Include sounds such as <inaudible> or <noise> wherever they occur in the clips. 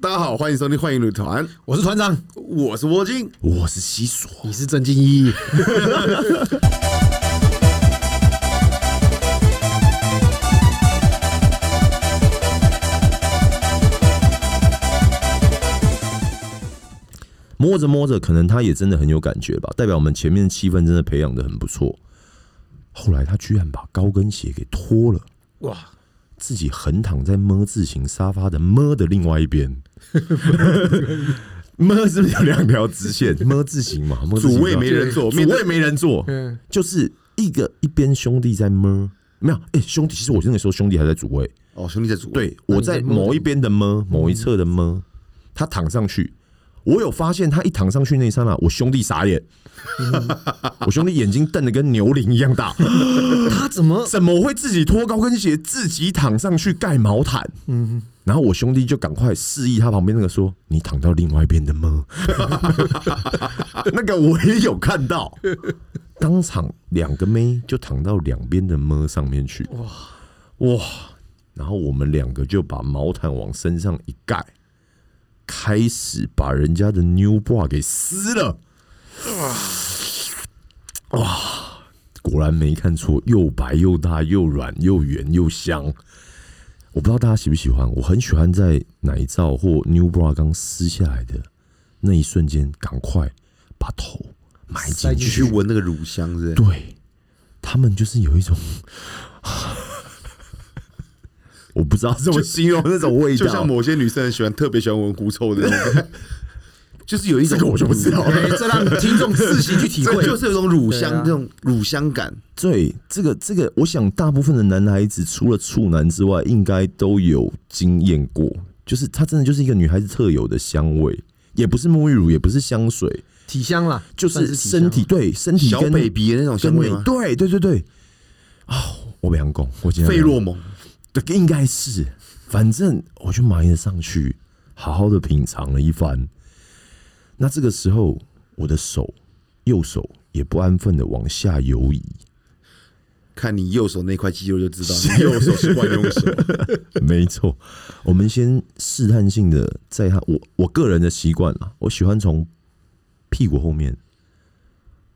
大家好，欢迎收听《幻影旅团》，我是团长，我是蜗精。我是西索，啊你是郑敬一，摸着摸着，可能他也真的很有感觉吧，代表我们前面气氛真的培养的很不错。后来他居然把高跟鞋给脱了，哇，自己横躺在么字形沙发的么的另外一边。 <laughs> 么是不是有两条 <laughs> 直线？么字形嘛，么字形主位嘛没人坐，主面对位没人坐，嗯，就是一个一边兄弟在么，没有哎、诶兄弟，其实我那个时候兄弟还在主位，哦，兄弟在主位，对，我啊在在摸某一边的么，嗯某一侧的么，他躺上去，我有发现他一躺上去那一刹那，我兄弟傻眼，嗯 <laughs> 我兄弟眼睛瞪得跟牛铃一样大，他怎么怎么会自己脱高跟鞋自己躺上去盖毛毯？嗯，然后我兄弟就赶快示意他旁边那个说：“你躺到另外一边的么？” <laughs> 那个我也有看到，当场两个妹就躺到两边的么上面去，哇哇！然后我们两个就把毛毯往身上一盖，开始把人家的 new bra 给撕了。哇！果然没看错，又白又大又软又圆又香。我不知道大家喜不喜欢，我很喜欢在奶罩或 new bra 刚撕下来的那一瞬间，赶快把头埋塞进进去。去闻那个乳香是不是？对他们就是有一种， <laughs> 我不知道怎么形容那种味道，就像某些女生很喜欢，特别喜欢闻狐臭的那种，就是有一种这个我就不知道了。哎，这让听众自行去体这 <laughs> 会，就是有种乳香，对啊这种乳香感。对，这个这个，我想大部分的男孩子除了处男之外，应该都有经验过，就是它真的就是一个女孩子特有的香味，也不是沐浴乳，也不是香水，体香啦，就算是是体身体香对身体小跟 baby 的那种跟香味你吗？对对对对，哦，我不想讲，我今天费洛蒙，对，应该是，反正我就埋了上去，好好的品尝了一番。那这个时候，我的手，右手也不安分的往下游移，看你右手那块肌肉就知道，你右手是惯用手。 <laughs> 没错，我们先试探性的在他我我个人的习惯啦，我喜欢从屁股后面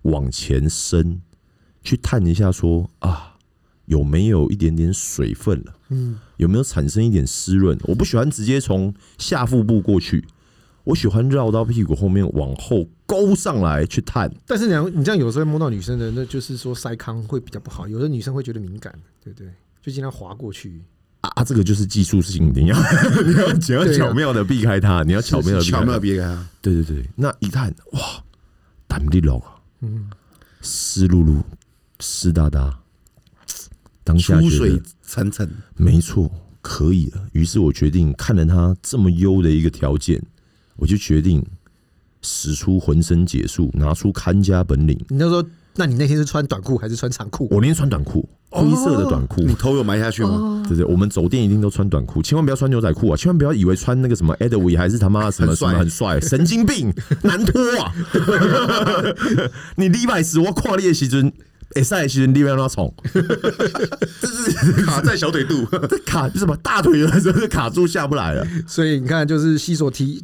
往前伸，去探一下说啊有没有一点点水分了，嗯，有没有产生一点湿润？我不喜欢直接从下腹部过去，我喜欢绕到屁股后面往后勾上来去探。但是你要你这样有时候摸到女生的，那就是说塞康会比较不好，有的女生会觉得敏感，对不对？就尽量划过去。啊，啊这个就是技术性，你要 <laughs> 你要你要对啊巧妙的避开它，你要巧妙的 <laughs> 巧妙别给他，对对对，那一看哇，胆力龙啊，湿漉漉、湿哒哒，当下出觉得水层层，没错，可以了。于是我决定，看了他这么优的一个条件，我就决定使出浑身解数，拿出看家本领。你那时候，那你那天是穿短裤还是穿长裤？ <laughs> 我连穿短裤，灰色的短裤，你头有埋下去吗？哦对对，我们走店一定都穿短裤，千万不要穿牛仔裤啊！千万不要以为穿那个什么 Edwy 还是他妈什么很什帅么很帅，神经 <laughs> 病，难脱啊！ <laughs> 你礼拜四我跨的时阵，哎赛时阵你要让他冲， <laughs> 卡在小腿肚， <laughs> 这卡什么大腿的时候就卡住下不来了。所以你看，就是西索提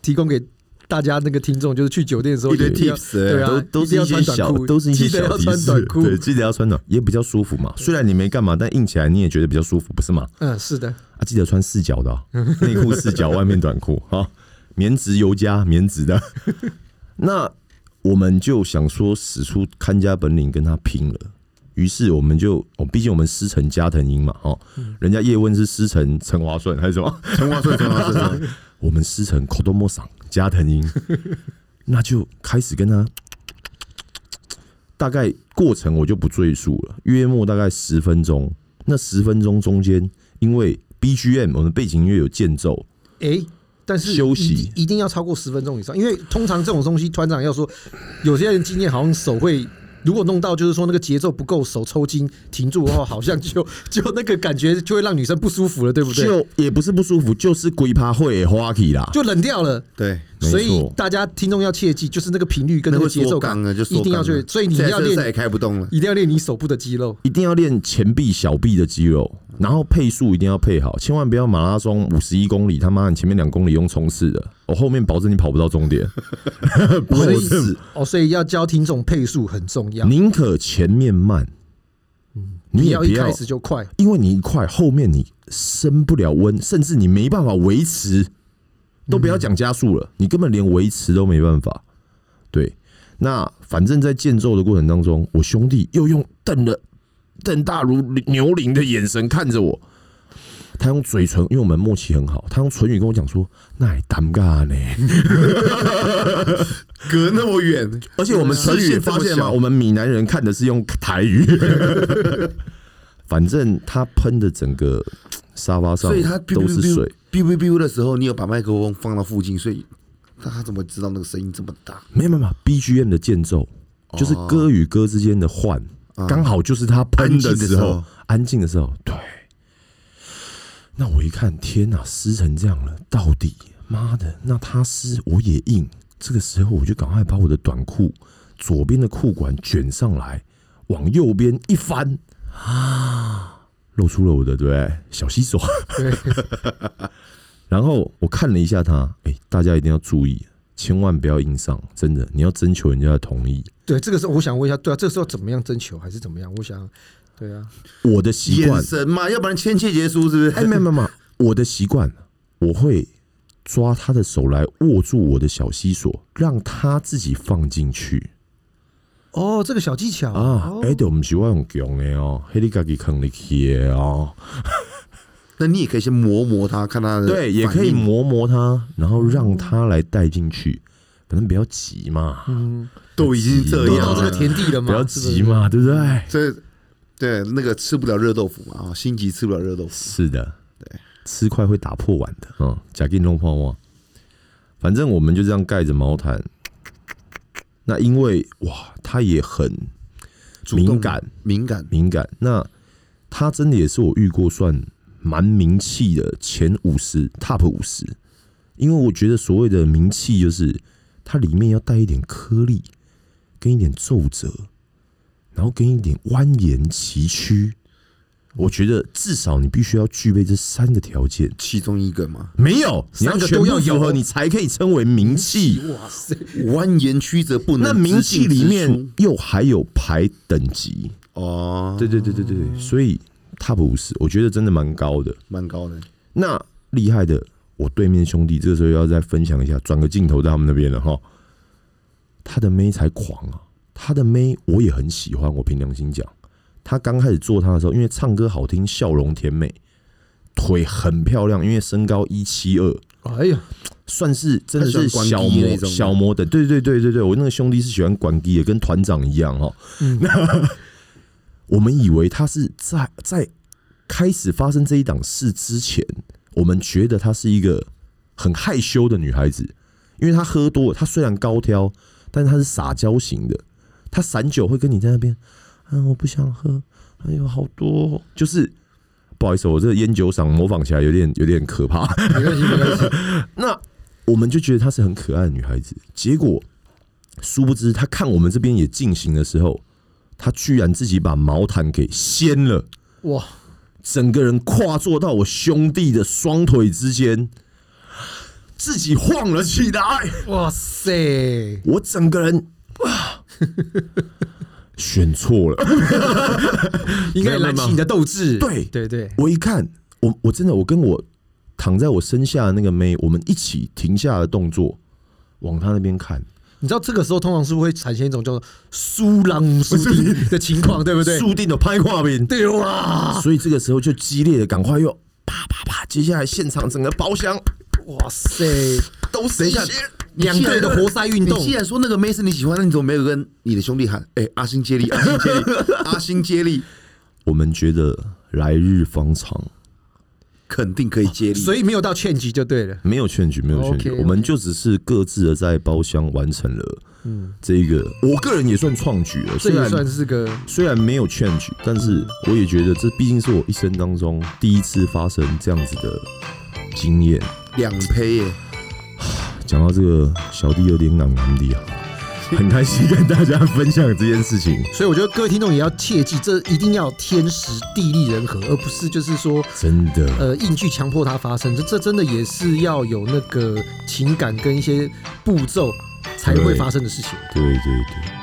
提供给大家那个听众，就是去酒店的时候一堆一定要 tips，对啊，哎都都是一一定些要穿小短，裤，都是一些记得小要提穿短示，裤。对，记得要穿短，也比较舒服嘛。虽然你没干嘛，但硬起来你也觉得比较舒服，不是吗？嗯，是的，啊，记得穿四角的哦、内裤四角，外面短裤啊，棉质尤加，棉质的。 <laughs> 那我们就想说，使出看家本领跟他拼了。于是我们就，哦，毕竟我们师承加藤鹰嘛，哦，人家叶问是师承陈华顺还是什么？陈华顺，陈华顺陈华顺，我们师承口多莫赏加藤鹰， <laughs> 那就开始跟他。大概过程我就不赘述了，约莫大概十分钟。那十分钟中间，因为 BGM 我们背景音乐有间奏，诶，但是休息一定一定要超过十分钟以上，因为通常这种东西，团长要说，有些人经验好像手会，如果弄到就是说那个节奏不够，手抽筋停住的话，好像就 <laughs> 就那个感觉就会让女生不舒服了，对不对？就就也不是不舒服，就是龟趴会花起啦。冷掉了。对。没错所以大家听众要切记，就是那个频率跟那那会个节奏缩感缸了，就缩一定要缸了去，所以你要现在车子也 <laughs> 练，开不动了。一定要练你手部的肌肉。一定要练前臂、小臂的肌肉，然后配速一定要配好，千万不要马拉松五十一公里，他妈你前面两公里用冲刺的，我、后面保证你跑不到终点，我保的意思证哦，所以要教听众配速很重要，宁可前面慢，你不也嗯要不一要开，始就快。因为你一快，后面你升不了温，甚至你没办法维持，都不嗯要讲加速了，你根本连维持都没办法。对，那反正在建奏的过程当中，我兄弟又用瞪了瞪大如牛羚的眼神看着我，他用嘴唇，因为我们默契很好，他用唇语跟我讲说：“那也尴尬呢。”隔那么远，而且我们词词语语也这发么现嘛，小我们闽南人看的是用台语， <laughs> 反正他喷的整个沙发上所以他都是水， biu biu biu 的时候，你有把麦克风放到附近，所以他怎么知道那个声音这么大？没有没有没有 BGM 的间奏，就是歌与歌之间的换，刚好就是他喷的时候，安静的时候，对。那我一看，天哪，湿成这样了，到底妈的，那他湿我也硬。这个时候我就赶快把我的短裤左边的裤管卷上来，往右边一翻，啊，露出了我的对不对小西手。对，然后我看了一下他，哎、大家一定要注意，千万不要硬上，真的，你要征求人家的同意。对，这个时候我想问一下，对啊，这个时候怎么样征求还是怎么样？我想，对啊，我的习惯眼，神嘛，要不然签切结书是不哎，是？没有没有没有，我的习惯，我会抓他的手来握住我的小西索，让他自己放进去哦，这个小技巧啊哦。哎、对，我们习惯用强的哦，黑你自己坑里去的哦，那你也可以先磨磨他，看他的对，也可反以应。磨磨他，然后让他来带进去，嗯反正不要急嘛，嗯都已经这对都呀样到这个了，田地了不嘛，要是不是急嘛，对不对？这对那个吃不了热豆腐嘛，啊，心急吃不了热豆腐。是的，吃块会打破碗的，嗯，假给你弄泡沫。反正我们就这样盖着毛毯。那因为哇，他也很主动敏感，敏感，敏感。那他真的也是我遇过算蛮名气的前五十 top 五十，因为我觉得所谓的名气就是它里面要带一点颗粒，跟一点皱褶，然后跟一点蜿蜒崎岖。我觉得至少你必须要具备这三个条件，其中一个嘛，没有，你要三个全都要部符合，有你才可以称为名气。哇塞，蜿蜒曲折不能。那名气里面又还有排等级，哦，对对对对对对，所以 top 五十，我觉得真的蛮高的。蛮高的。那厉害的，我对面兄弟这时候要再分享一下，转个镜头到他们那边了哈。他的妹才狂啊，他的妹我也很喜欢。我凭良心讲，他刚开始做他的时候，因为唱歌好听，笑容甜美，腿很漂亮，因为身高一七二，哎呀，算是真的他是喜欢小管低那模种小模的，对对对对对，我那个兄弟是喜欢管低的，跟团长一样哈。嗯那 <laughs> 我们以为他是在在开始发生这一档事之前，我们觉得她是一个很害羞的女孩子，因为她喝多了，她虽然高挑，但是她是撒娇型的，她散酒会跟你在那边，嗯，我不想喝，哎呦，好多、哦，就是。不好意思，我这个烟酒嗓模仿起来有点有点可怕。没关系没关系，那我们就觉得她是很可爱的女孩子，结果殊不知她看我们这边也进行的时候，她居然自己把毛毯给掀了，哇，整个人跨坐到我兄弟的双腿之间，自己晃了起来，哇塞，我整个人。啊选错了，应该燃起你的斗志，对对对，我一看，我我真的我跟我躺在我身下的那个妹，我们一起停下了动作，往她那边看，你知道这个时候通常是不是会产生一种叫做苏朗姆苏丁的情况，对不对？啊注定的拍画面，对哇，所以这个时候就激烈的，赶快又啪啪啪，接下来现场整个包厢哇塞，都是一些两队的活塞运动你既然说那个妹是你喜欢，那你怎么没有跟你的兄弟喊？哎、阿星接力，阿星接力， <laughs> 阿星接力，我们觉得来日方长，肯定可以接力。哦所以没有到劝局就对了。没有劝局，没有劝局 OK，OK 我们就只是各自的在包厢完成了，嗯，这一个我个人也算嗯创举了，这虽也然算是个虽然没有劝举，但是我也觉得这毕竟是我一生当中第一次发生这样子的经验。两胚耶， <laughs> 讲到这个，小弟有点难难的啊，很开心跟大家分享这件事情，所以我觉得各位听众也要切记，这一定要天时地利人和，而不是就是说真的。呃硬去强迫它发生。这这真的也是要有那个情感跟一些步骤才会对发生的事情。对对对，